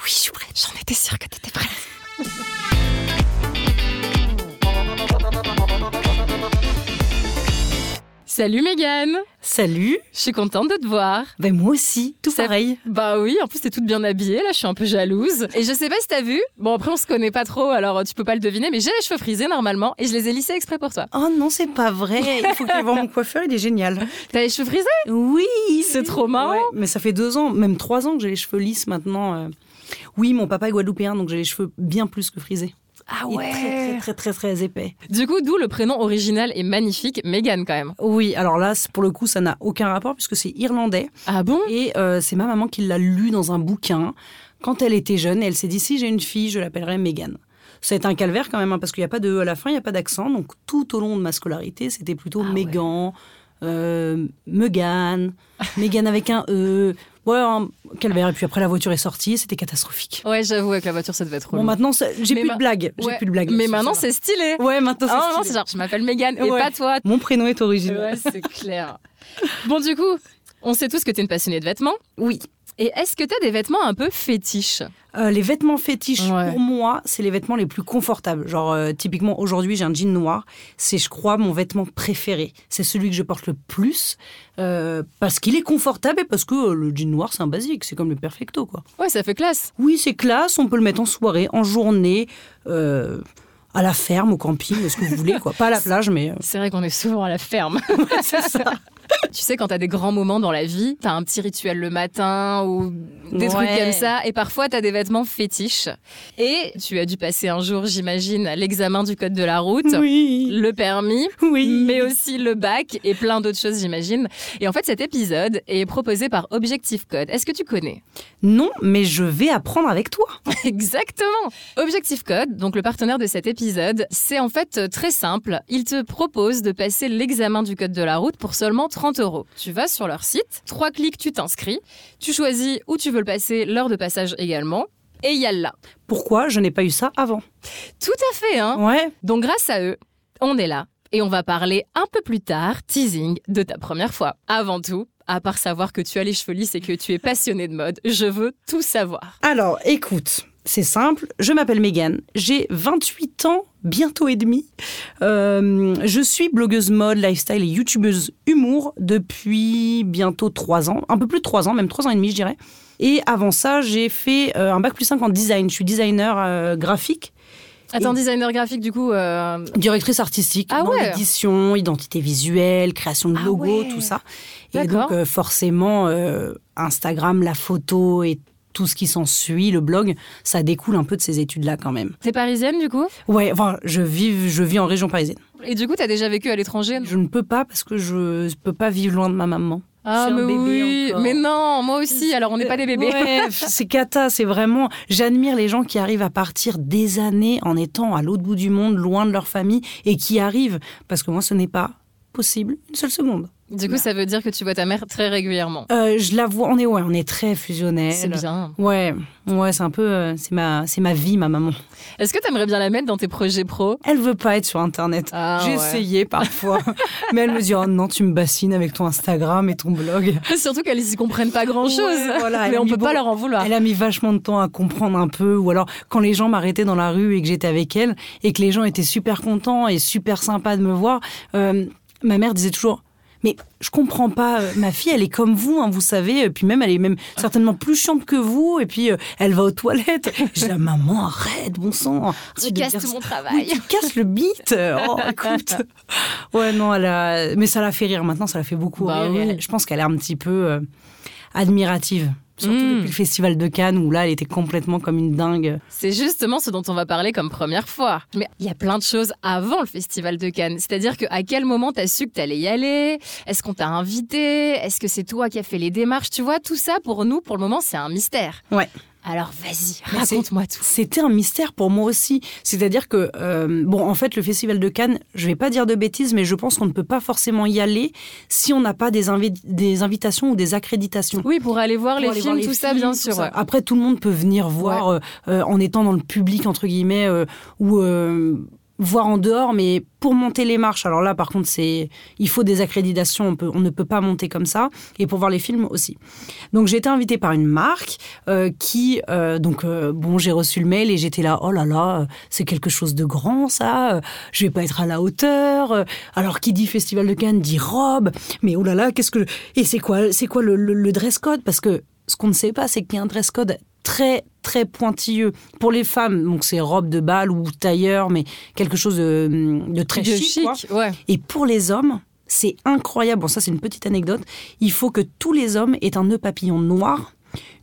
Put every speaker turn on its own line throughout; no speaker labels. J'en étais sûre que t'étais prête. Salut Mégane
Salut
Je suis contente de te voir
Ben moi aussi, tout
Ça-
pareil.
Bah oui, en plus t'es toute bien habillée, là je suis un peu jalouse. Et je sais pas si t'as vu, bon après on se connaît pas trop alors euh, tu peux pas le deviner, mais j'ai les cheveux frisés normalement et je les ai lissés exprès pour toi.
Oh non, c'est pas vrai. Il faut que j'aille voir mon coiffeur, il est génial.
T'as les cheveux frisés
Oui
C'est trop marrant.
Ouais, Mais ça fait deux ans, même trois ans que j'ai les cheveux lisses maintenant. euh. Oui, mon papa est guadeloupéen, donc j'ai les cheveux bien plus que frisés.
Ah
Et très, très, très, très, très épais.
Du coup d'où le prénom original et magnifique Mégane quand même.
Oui, alors là, c'est- pour le coup, ça n'a aucun rapport puisque c'est irlandais.
Ah bon
Et euh, c'est ma maman qui l'a lu dans un bouquin quand elle était jeune. Et elle s'est dit si j'ai une fille, je l'appellerai Megan. C'est un calvaire quand même, hein, parce qu'il n'y a pas de E à la fin, il n'y a pas d'accent. Donc tout au long de ma scolarité, c'était plutôt
Ah
Megan, euh, Megan, Megan avec un E. Ouais, un calvaire. Et puis après, la voiture est sortie, c'était catastrophique.
Ouais j'avoue avec la voiture ça devait être
Bon, maintenant, ça- j'ai
Mais
plus
ma-
de blague. J'ai
Ouais,
plus de blague.
Mais
là-dessus,
maintenant
ça
c'est stylé.
va. Ouais, maintenant c'est.
Ah non,
stylé.
c'est genre je m'appelle Mégane et
Ouais.
pas toi.
Mon prénom est original.
Ouais c'est clair. bon du coup, on sait tous que t'es une passionnée de vêtements.
Oui.
Et est-ce que t'as des vêtements un peu fétiches
Euh, les vêtements fétiches,
Ouais.
pour moi, c'est les vêtements les plus confortables. Genre, euh, typiquement, aujourd'hui, j'ai un jean noir. C'est, je crois, mon vêtement préféré. C'est celui que je porte le plus euh, parce qu'il est confortable et parce que euh, le jean noir, c'est un basique. C'est comme le perfecto, quoi.
Ouais ça fait classe.
Oui, c'est classe. On peut le mettre en soirée, en journée, euh, à la ferme, au camping, ce que vous voulez, quoi. Pas à la plage, mais euh,
C'est vrai qu'on est souvent à la ferme.
c'est ça.
tu sais, quand t'as des grands moments dans la vie, t'as un petit rituel le matin ou
Ouais.
des trucs comme ça. Et parfois, t'as des vêtements fétiches. Et tu as dû passer un jour, j'imagine, l'examen du code de la route.
Oui,
Le permis,
oui.
mais aussi le bac et plein d'autres choses, j'imagine. Et en fait, cet épisode est proposé par Objectif Code. Est-ce que tu connais
Non, mais je vais apprendre avec toi.
Exactement Objectif Code, donc le partenaire de cet épisode, c'est en fait euh, très simple. Il te propose de passer l'examen du code de la route pour seulement 30 euros. Tu vas sur leur site, trois clics, tu t'inscris, tu choisis où tu veux le passer, l'heure de passage également. Et yalla
Pourquoi je n'ai pas eu ça avant
Tout à fait, hein
Ouais.
Donc grâce à eux, on est là. Et on va parler un peu plus tard, teasing, de ta première fois. Avant tout, à part savoir que tu as les cheveux lisses et que tu es passionné de mode, je veux tout savoir.
Alors, écoute, c'est simple. Je m'appelle Megan. J'ai 28 ans, bientôt et demi. Euh, je suis blogueuse mode, lifestyle et youtubeuse humour depuis bientôt 3 ans. Un peu plus de 3 ans, même 3 ans et demi, je dirais. Et avant ça, j'ai fait euh, un bac plus 5 en design. Je suis designer euh, graphique,
Attends, designer graphique, du coup... euh,
directrice artistique
Ah
dans
ouais.
l'édition, identité visuelle, création de
Ah
logos,
ouais.
tout ça. Et
D'accord.
donc, euh, forcément, euh, Instagram, la photo et tout ce qui s'ensuit, le blog, ça découle un peu de ces études-là quand même.
T'es parisienne du coup
Ouais, enfin, je vis, je vis en région parisienne.
Et du coup, t'as déjà vécu à l'étranger
Je ne peux pas parce que je ne peux pas vivre loin de ma maman.
Ah,
suis un
mais
bébé
oui
encore.
Mais non, moi aussi, alors on n'est pas des bébés.
Ouais, c'est cata, c'est vraiment. J'admire les gens qui arrivent à partir des années en étant à l'autre bout du monde, loin de leur famille, et qui arrivent parce que moi, ce n'est pas possible une seule seconde.
Du coup, ça veut dire que tu vois ta mère très régulièrement.
Euh, je la vois, on est ouais, on est très fusionnel.
C'est bien.
Ouais, ouais, c'est un peu, euh, c'est ma, c'est ma vie, ma maman.
Est-ce que t'aimerais bien la mettre dans tes projets pro
Elle veut pas être sur Internet.
Ah,
J'ai
ouais.
essayé parfois, mais elle me dit oh non tu me bassines avec ton Instagram et ton blog.
Surtout qu'elles y comprennent pas grand-chose.
Ouais, voilà,
mais
elle
on
dit
peut pas
bon,
leur en vouloir.
Elle a mis vachement de temps à comprendre un peu, ou alors quand les gens m'arrêtaient dans la rue et que j'étais avec elle et que les gens étaient super contents et super sympas de me voir, euh, ma mère disait toujours. Mais je comprends pas, euh, ma fille, elle est comme vous, hein, vous savez, et puis même, elle est même certainement plus chiante que vous, et puis euh, elle va aux toilettes. Je dis, Ah, maman, arrête, bon sang. arrête
Tu
de
casses
dire
tout
ça.
mon
Oui,
travail.
tu casses le beat. Oh, écoute. Ouais, non, elle a... mais ça la fait rire maintenant, ça la fait beaucoup
Bah
rire. et
oui.
elle- Je pense qu'elle est un petit peu euh, admirative. Surtout
Mm.
depuis le festival de Cannes où là, elle était complètement comme une dingue.
C'est justement ce dont on va parler comme première fois. Mais il y a plein de choses avant le festival de Cannes. C'est-à-dire que à quel moment t'as su que t'allais y aller Est-ce qu'on t'a invité Est-ce que c'est toi qui as fait les démarches Tu vois, tout ça pour nous, pour le moment, c'est un mystère.
Ouais.
Alors vas-y,
Mais c'est-
raconte-moi tout.
C'était un mystère pour moi aussi. C'est-à-dire que, euh, bon, en fait, le festival de Cannes, je vais pas dire de bêtises, mais je pense qu'on ne peut pas forcément y aller si on n'a pas des, invi- des invitations ou des accréditations.
Oui, pour aller voir les
Pour aller
films,
voir les
tout ça,
films,
bien
tout
sûr.
ça.
ouais.
Après, tout le monde peut venir voir euh, euh, en étant dans le public, entre guillemets, euh, ou euh, voire en dehors, mais pour monter les marches. Alors là, par contre, c'est il faut des accréditations, on, peut, on ne peut pas monter comme ça, et pour voir les films aussi. Donc j'ai été invitée par une marque euh, qui, euh, donc euh, bon, j'ai reçu le mail et j'étais là, oh là là, c'est quelque chose de grand ça, euh, je vais pas être à la hauteur. euh, Alors qui dit Festival de Cannes dit robe, mais oh là là, qu'est-ce que je... et c'est quoi, c'est quoi le, le, le dress code Parce que ce qu'on ne sait pas, c'est qu'il y a un dress code très très pointilleux pour les femmes donc c'est robe de bal ou tailleur mais quelque chose de, de très
De
chic, quoi.
chic, ouais.
et pour les hommes c'est incroyable bon ça c'est une petite anecdote il faut que tous les hommes aient un nœud papillon noir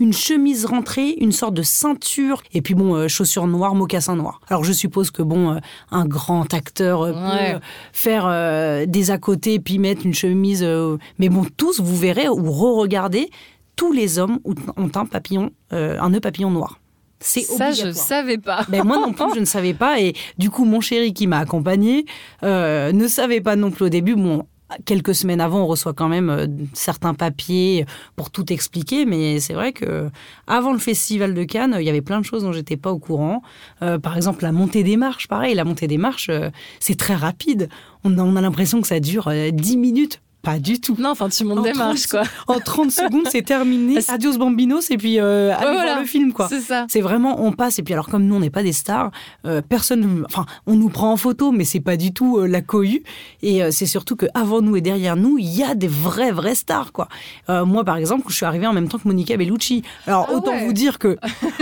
une chemise rentrée, une sorte de ceinture, et puis bon, euh, chaussures noires, mocassins noirs. Alors je suppose que bon, euh, un grand acteur euh, peut
Ouais.
euh, faire euh, des à côté, puis mettre une chemise. euh, mais bon, tous, vous verrez ou re-regardez, tous les hommes ont- ont un papillon, euh, un nœud papillon noir. C'est
Ça, je
obligatoire.
savais pas.
Ben, moi non plus, je ne savais pas. Et du coup, mon chéri qui m'a accompagnée euh, ne savait pas non plus au début. Bon, quelques semaines avant, on reçoit quand même euh, certains papiers pour tout expliquer. Mais c'est vrai que avant le festival de Cannes, il y avait plein de choses dont j'étais pas au courant. Euh, par exemple, la montée des marches, pareil, la montée des marches, euh, c'est très rapide. On a, on a l'impression que ça dure euh, 10 minutes. Pas du tout.
Non, enfin, tu montes
En
des
30
marches, quoi.
En 30 secondes, c'est terminé. Adios Bambinos, et puis euh, allez
voilà.
voir le film, quoi.
C'est ça.
C'est vraiment on passe et puis alors comme nous on n'est pas des stars, euh, personne, enfin on nous prend en photo mais c'est pas du tout euh, la cohue et euh, c'est surtout que avant nous et derrière nous il y a des vraies vraies stars quoi. Euh, moi par exemple je suis arrivée en même temps que Monica Bellucci. Alors
Ah
autant
ouais.
vous dire que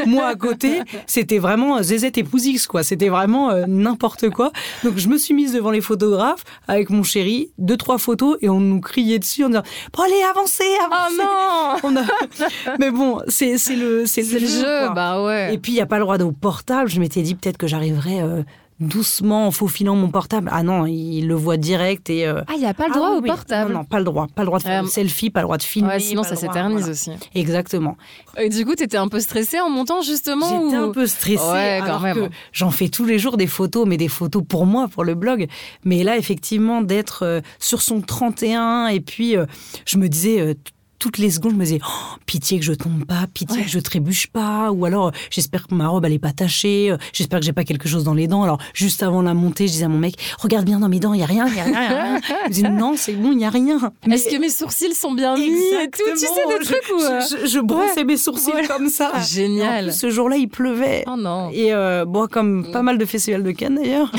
moi à côté c'était vraiment euh, Zezette et Pouzix quoi, c'était vraiment euh, n'importe quoi. Donc je me suis mise devant les photographes avec mon chéri, deux trois photos et on nous criait dessus en disant bon allez avancez
Oh
avancez.
non
On a- Mais bon c'est c'est le c'est
C'est le jeu,
quoi.
bah ouais.
Et puis, il n'y a pas le droit au portable. Je m'étais dit peut-être que j'arriverais euh, doucement en faufilant mon portable. Ah non, il le voit direct et. euh,
Ah, il n'y a pas le
ah
droit
oui,
au
oui.
portable.
Non, non, pas le droit. Pas le droit de faire
Euh,
une selfie, pas le droit de filmer.
ouais, sinon
pas
ça
le droit,
s'éternise
voilà.
aussi.
Exactement.
Et du coup, t'étais un peu stressée en montant justement
J'étais
ou-
un peu stressée.
Ouais, quand
alors
même.
que J'en fais tous les jours des photos, mais des photos pour moi, pour le blog. Mais là, effectivement, d'être euh, sur son 31, et puis euh, je me disais. euh, t- toutes les secondes, je me disais Oh, pitié que je tombe pas, pitié que je trébuche pas, ou alors j'espère que ma robe elle est pas tachée, euh, j'espère que j'ai pas quelque chose dans les dents. Alors juste avant la montée, je disais à mon mec regarde bien dans mes dents, il y a rien, il y a rien, il y a rien. Il me disait, non c'est bon, il y a rien.
Est-ce que mes sourcils sont bien mis et tout Tu sais, des
Exactement.
trucs où. euh,
Je, je, je bronçais mes sourcils
Voilà.
comme ça. Et en
Génial.
plus, ce jour-là, il pleuvait.
Oh Mm. non.
Et euh, bon, comme pas mal de festivals de Cannes d'ailleurs.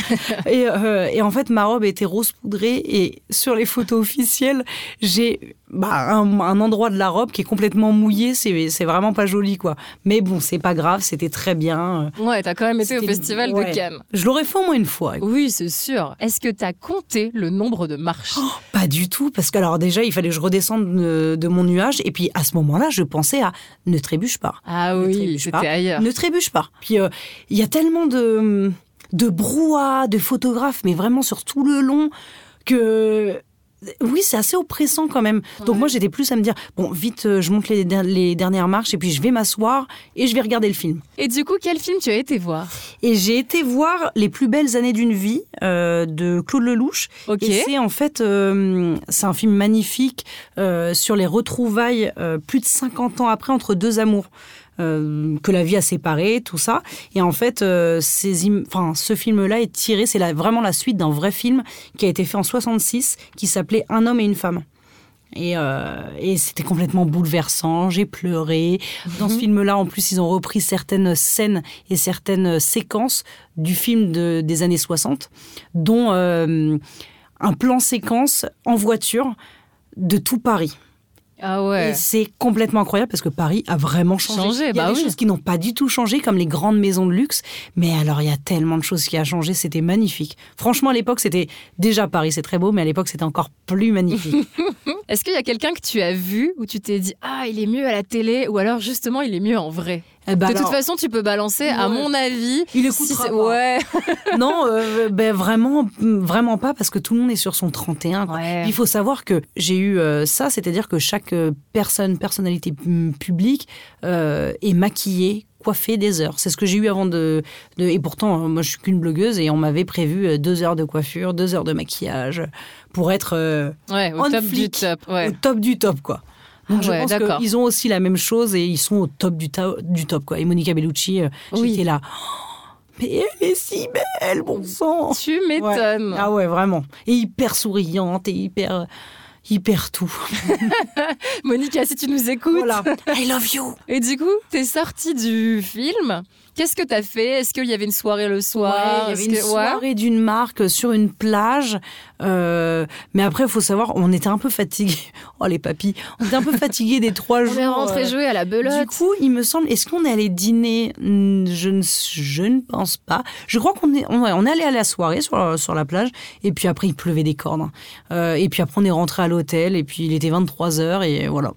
et, euh, et en fait, ma robe était rose poudrée. Et sur les photos officielles, j'ai bah, un, un endroit de la robe qui est complètement mouillé. C'est c'est vraiment pas joli, quoi. Mais bon, c'est pas grave, c'était très bien.
Ouais, t'as quand même été au
C'était-
festival
ouais.
de Cannes.
Je l'aurais fait au moins une fois.
Oui, c'est sûr. Est-ce que t'as compté le nombre de
Oh,
marches
Pas du tout, parce que alors déjà, il fallait que je redescende de, de mon nuage. Et puis à ce moment-là, je pensais à ne trébuche pas.
Ah
Ne
oui,
trébuche pas.
j'étais ailleurs.
Ne trébuche pas. Puis euh, il y a tellement de, de brouhaha, de photographes, mais vraiment sur tout le long, que oui, c'est assez oppressant quand même. Donc
Ouais.
moi, j'étais plus à me dire, bon, vite, euh, je monte les, der- les dernières marches et puis je vais m'asseoir et je vais regarder le film.
Et du coup, quel film tu as été voir
Et j'ai été voir Les plus belles années d'une vie euh, de Claude Lelouch.
Ok.
Et c'est en fait, euh, c'est un film magnifique euh, sur les retrouvailles euh, plus de 50 ans après entre deux amours. euh, que la vie a séparés, tout ça. Et en fait, euh, ces im- enfin, ce film-là est tiré, c'est la- vraiment la suite d'un vrai film qui a été fait en 66, qui s'appelait Un homme et une femme. Et, euh, et c'était complètement bouleversant, j'ai pleuré. Dans ce film-là, en plus, ils ont repris certaines scènes et certaines séquences du film de- des années 60, dont euh, un plan séquence en voiture de tout Paris.
Ah
Et
ouais.
c'est complètement incroyable parce que Paris a vraiment changé.
Changé,
il y a
bah
des
oui.
choses qui n'ont pas du tout changé, comme les grandes maisons de luxe. Mais alors, il y a tellement de choses qui a changé, c'était magnifique. Franchement, à l'époque, c'était déjà Paris, c'est très beau, mais à l'époque, c'était encore plus magnifique.
Est-ce qu'il y a quelqu'un que tu as vu où tu t'es dit Ah, il est mieux à la télé ou alors justement, il est mieux en vrai
Eh ben
De toute
alors,
façon, tu peux balancer, à
Ouais.
mon avis.
il
si
écoutera
c'est-
pas.
ouais.
Non, euh, ben vraiment, vraiment pas, parce que tout le monde est sur son 31. quoi.
Ouais.
Il faut savoir que j'ai eu euh, ça, c'est-à-dire que chaque euh, personne, personnalité pu- publique euh, est maquillée, coiffée des heures. C'est ce que j'ai eu avant de, de- Et pourtant, euh, moi, je suis qu'une blogueuse et on m'avait prévu euh, deux heures de coiffure, deux heures de maquillage pour être euh,
Ouais, au
On
top du
flic.
top.
au
Ouais.
top du top, quoi. Donc,
Ah
je
ouais, d'accord.
pense qu'ils ont aussi la même chose et ils sont au top du, ta- du top, quoi. Et Monica Bellucci, euh,
Oui.
j'étais là. Mais elle est si belle, bon sang
Tu m'étonnes.
Ah ouais, vraiment. Et hyper souriante et hyper. Hyper tout.
Monica, si tu nous écoutes.
Voilà. I love you.
Et du coup, t'es sortie du film. Qu'est-ce que t'as fait Est-ce qu'il y avait une soirée le soir
Ouais, il y
Est-ce
avait une
que- ouais.
soirée d'une marque sur une plage. Euh, mais après, il faut savoir, on était un peu fatigués. Oh, les papis. On était un peu fatigués des trois jours.
On est rentré
euh,
jouer à la
Du
belote.
coup, il me semble, est-ce qu'on est allé dîner Hmm, Je ne, je ne pense pas. Je crois qu'on est, on, ouais, on est allé à la soirée sur, la- sur la plage, et puis après, il pleuvait des cordes. hein. Euh, et puis après, on est rentré à l'hôtel, et puis il était 23h, et voilà.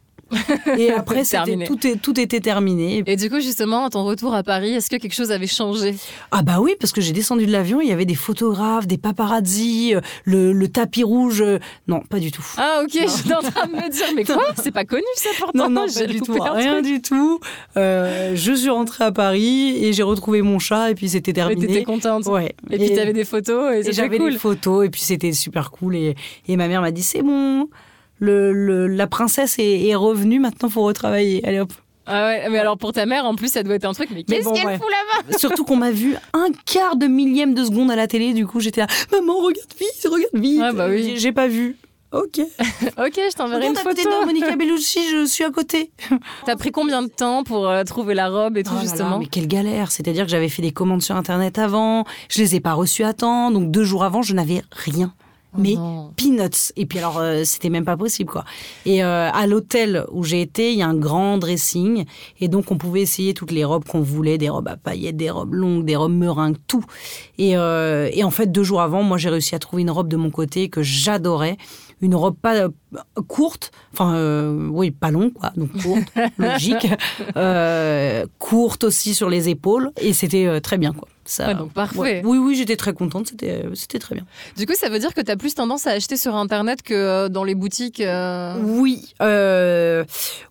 Et après, c'était-
Terminé.
tout, est- tout était terminé. Et-
Et du coup, justement, à ton retour à Paris, est-ce que quelque chose avait changé
Ah bah oui, parce que j'ai descendu de l'avion, il y avait des photographes, des paparazzi, euh, le, le tapis rouge. euh, Non, pas du tout.
Ah, ok, j'étais en train de me dire, mais quoi C'est pas connu, ça, pourtant
Non, non,
J'ai
pas du
loupé
tout.
un truc.
Rien du tout. Euh, je suis rentrée à Paris et j'ai retrouvé mon chat et puis c'était
Et t'étais
terminé.
contente.
Ouais.
Et, puis t'avais des photos et
Et
c'était
j'avais
cool.
des photos et puis c'était super cool et, et ma mère m'a dit c'est bon le, le- la princesse est, est revenue maintenant faut retravailler allez hop
Ah ouais, mais alors pour ta mère, en plus, ça doit être un truc, mais qu'est-ce
bon,
qu'elle
ouais.
fout là-bas
surtout qu'on m'a vu un quart de millième de seconde à la télé du coup j'étais là maman regarde vite regarde vite
Ah, bah oui.
J'ai- j'ai pas vu ok
Ok, je t'enverrai une
regarde à côté
photo.
de Monica Bellucci je suis à côté
T'as pris combien de temps pour euh, trouver la robe et tout,
Oh là là,
justement
mais quelle galère c'est-à-dire que j'avais fait des commandes sur internet avant je les ai pas reçues à temps donc deux jours avant je n'avais rien mais
Oh non.
peanuts. Et puis alors, euh, c'était même pas possible, quoi. Et euh, à l'hôtel où j'ai été, il y a un grand dressing. Et donc, on pouvait essayer toutes les robes qu'on voulait, des robes à paillettes, des robes longues, des robes meringues, tout. Et, euh, et en fait, deux jours avant, moi, j'ai réussi à trouver une robe de mon côté que j'adorais. Une robe pas euh, courte, enfin, euh, oui, pas longue, quoi. Donc, courte, logique. Euh, courte aussi sur les épaules. Et c'était euh, très bien, quoi. Ça,
Ouais, Ah, donc parfait.
ouais. Oui, oui, j'étais très contente. C'était euh, c'était très bien.
Du coup, ça veut dire que t'as plus tendance à acheter sur Internet que euh, dans les boutiques. euh.
Oui, euh,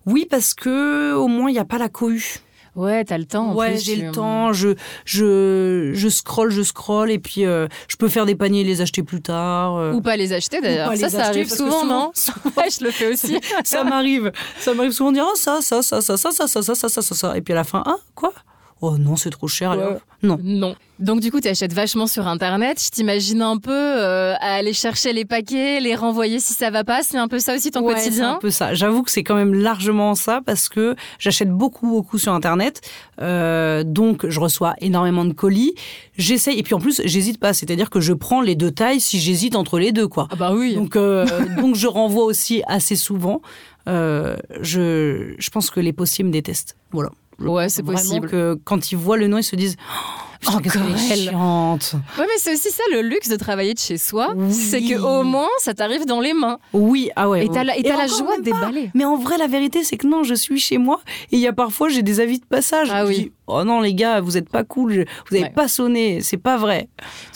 oui parce que au moins il n'y a pas la cohue.
Ouais, t'as le temps. en
ouais,
plus, euh,
j'ai
tu-
le temps, je je je scrolle, je scrolle et puis euh, je peux faire des paniers et les acheter plus tard. euh,
Ou pas les acheter
ou
d'ailleurs.
pas
Ça,
les
ça
acheter,
arrive
parce que
souvent, non
souvent,
Ouais, je le fais aussi.
Ça m'arrive, ça m'arrive souvent de dire oh, ça ça ça ça ça ça ça ça ça ça ça ça et puis à la fin ah quoi Oh non c'est trop cher allez,
Ouais.
hop. non.
Non. Donc du coup, tu achètes vachement sur Internet. Je t'imagine un peu euh, à aller chercher les paquets, les renvoyer si ça va pas. C'est un peu ça aussi ton
Ouais, C'est
quotidien.
un peu ça. J'avoue que c'est quand même largement ça parce que j'achète beaucoup, beaucoup sur Internet. Euh, donc, je reçois énormément de colis. J'essaye. Et puis, en plus, j'hésite pas. C'est-à-dire que je prends les deux tailles si j'hésite entre les deux, quoi.
Ah bah oui.
Donc, euh, donc je renvoie aussi assez souvent. Euh, je, je pense que les postiers me détestent. Voilà.
ouais, c'est
Vraiment
possible.
que quand ils voient le nom, ils se disent oh, putain, qu'est-ce
Encore
qu'elle est
elle.
chiante.
Ouais, mais c'est aussi ça le luxe de travailler de chez soi,
Oui.
c'est que au moins ça t'arrive dans les mains.
Oui, ah ouais.
Et t'as la, et t'as la
encore,
joie de
même pas.
déballer.
Mais en vrai, la vérité, c'est que non, je suis chez moi et il y a parfois, j'ai des avis de passage.
Ah
Je
oui.
dis, oh non, les gars, vous êtes pas cool, je- vous avez
Ouais.
pas sonné, c'est pas vrai.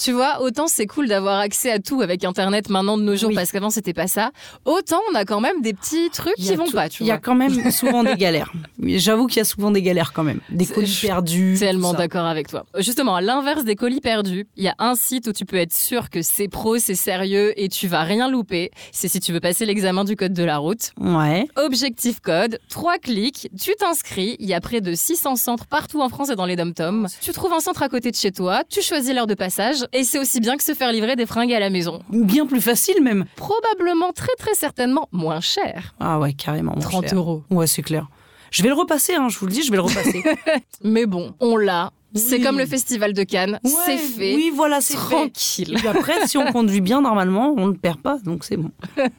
Tu vois, autant c'est cool d'avoir accès à tout avec Internet maintenant de nos jours,
Oui.
parce qu'avant c'était pas ça. Autant on a quand même des petits trucs
Il y
qui
a
vont
tout-
pas. Tu
Il y a
vois.
quand même souvent des galères. J'avoue qu'il y a souvent des galères quand même. Des
C'est-
colis
je-
perdus.
Tellement
tout ça.
d'accord avec toi. Justement, à l'inverse des colis perdus, il y a un site où tu peux être sûr que c'est pro, c'est sérieux et tu vas rien louper. C'est si tu veux passer l'examen du code de la route.
Ouais.
Objectif code, trois clics, tu t'inscris. Il y a près de 600 centres partout en France et dans les dom-toms. Tu trouves un centre à côté de chez toi, tu choisis l'heure de passage et c'est aussi bien que se faire livrer des fringues à la maison.
Bien plus facile même.
Probablement, très très certainement, moins cher.
Ah ouais, carrément. mon
30
cher.
euros.
Ouais, c'est clair. Je vais le repasser, hein, je vous le dis, je vais le repasser.
Mais bon, on l'a. C'est
Oui.
comme le festival de Cannes,
Ouais,
c'est fait.
Oui, voilà, c'est fait.
Tranquille.
Et puis après, si on conduit bien, normalement, on le perd pas, donc c'est bon. Voilà.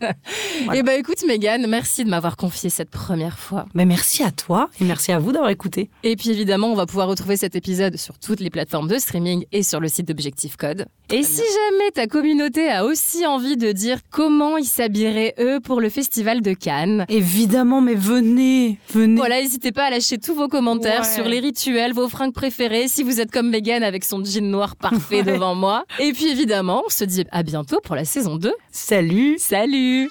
Eh ben écoute Mégane, merci de m'avoir confié cette première fois.
Mais Ben, merci à toi et merci à vous d'avoir écouté.
Et puis évidemment, on va pouvoir retrouver cet épisode sur toutes les plateformes de streaming et sur le site d'Objectif Code. Et si jamais ta communauté a aussi envie de dire comment ils s'habilleraient eux pour le festival de Cannes,
Évidemment, mais venez, venez.
voilà, n'hésitez pas à lâcher tous vos commentaires
Ouais.
sur les rituels, vos fringues préférées, si vous êtes comme Mégane avec son jean noir parfait
Ouais.
devant moi. Et puis évidemment, on se dit à bientôt pour la saison 2.
Salut.
Salut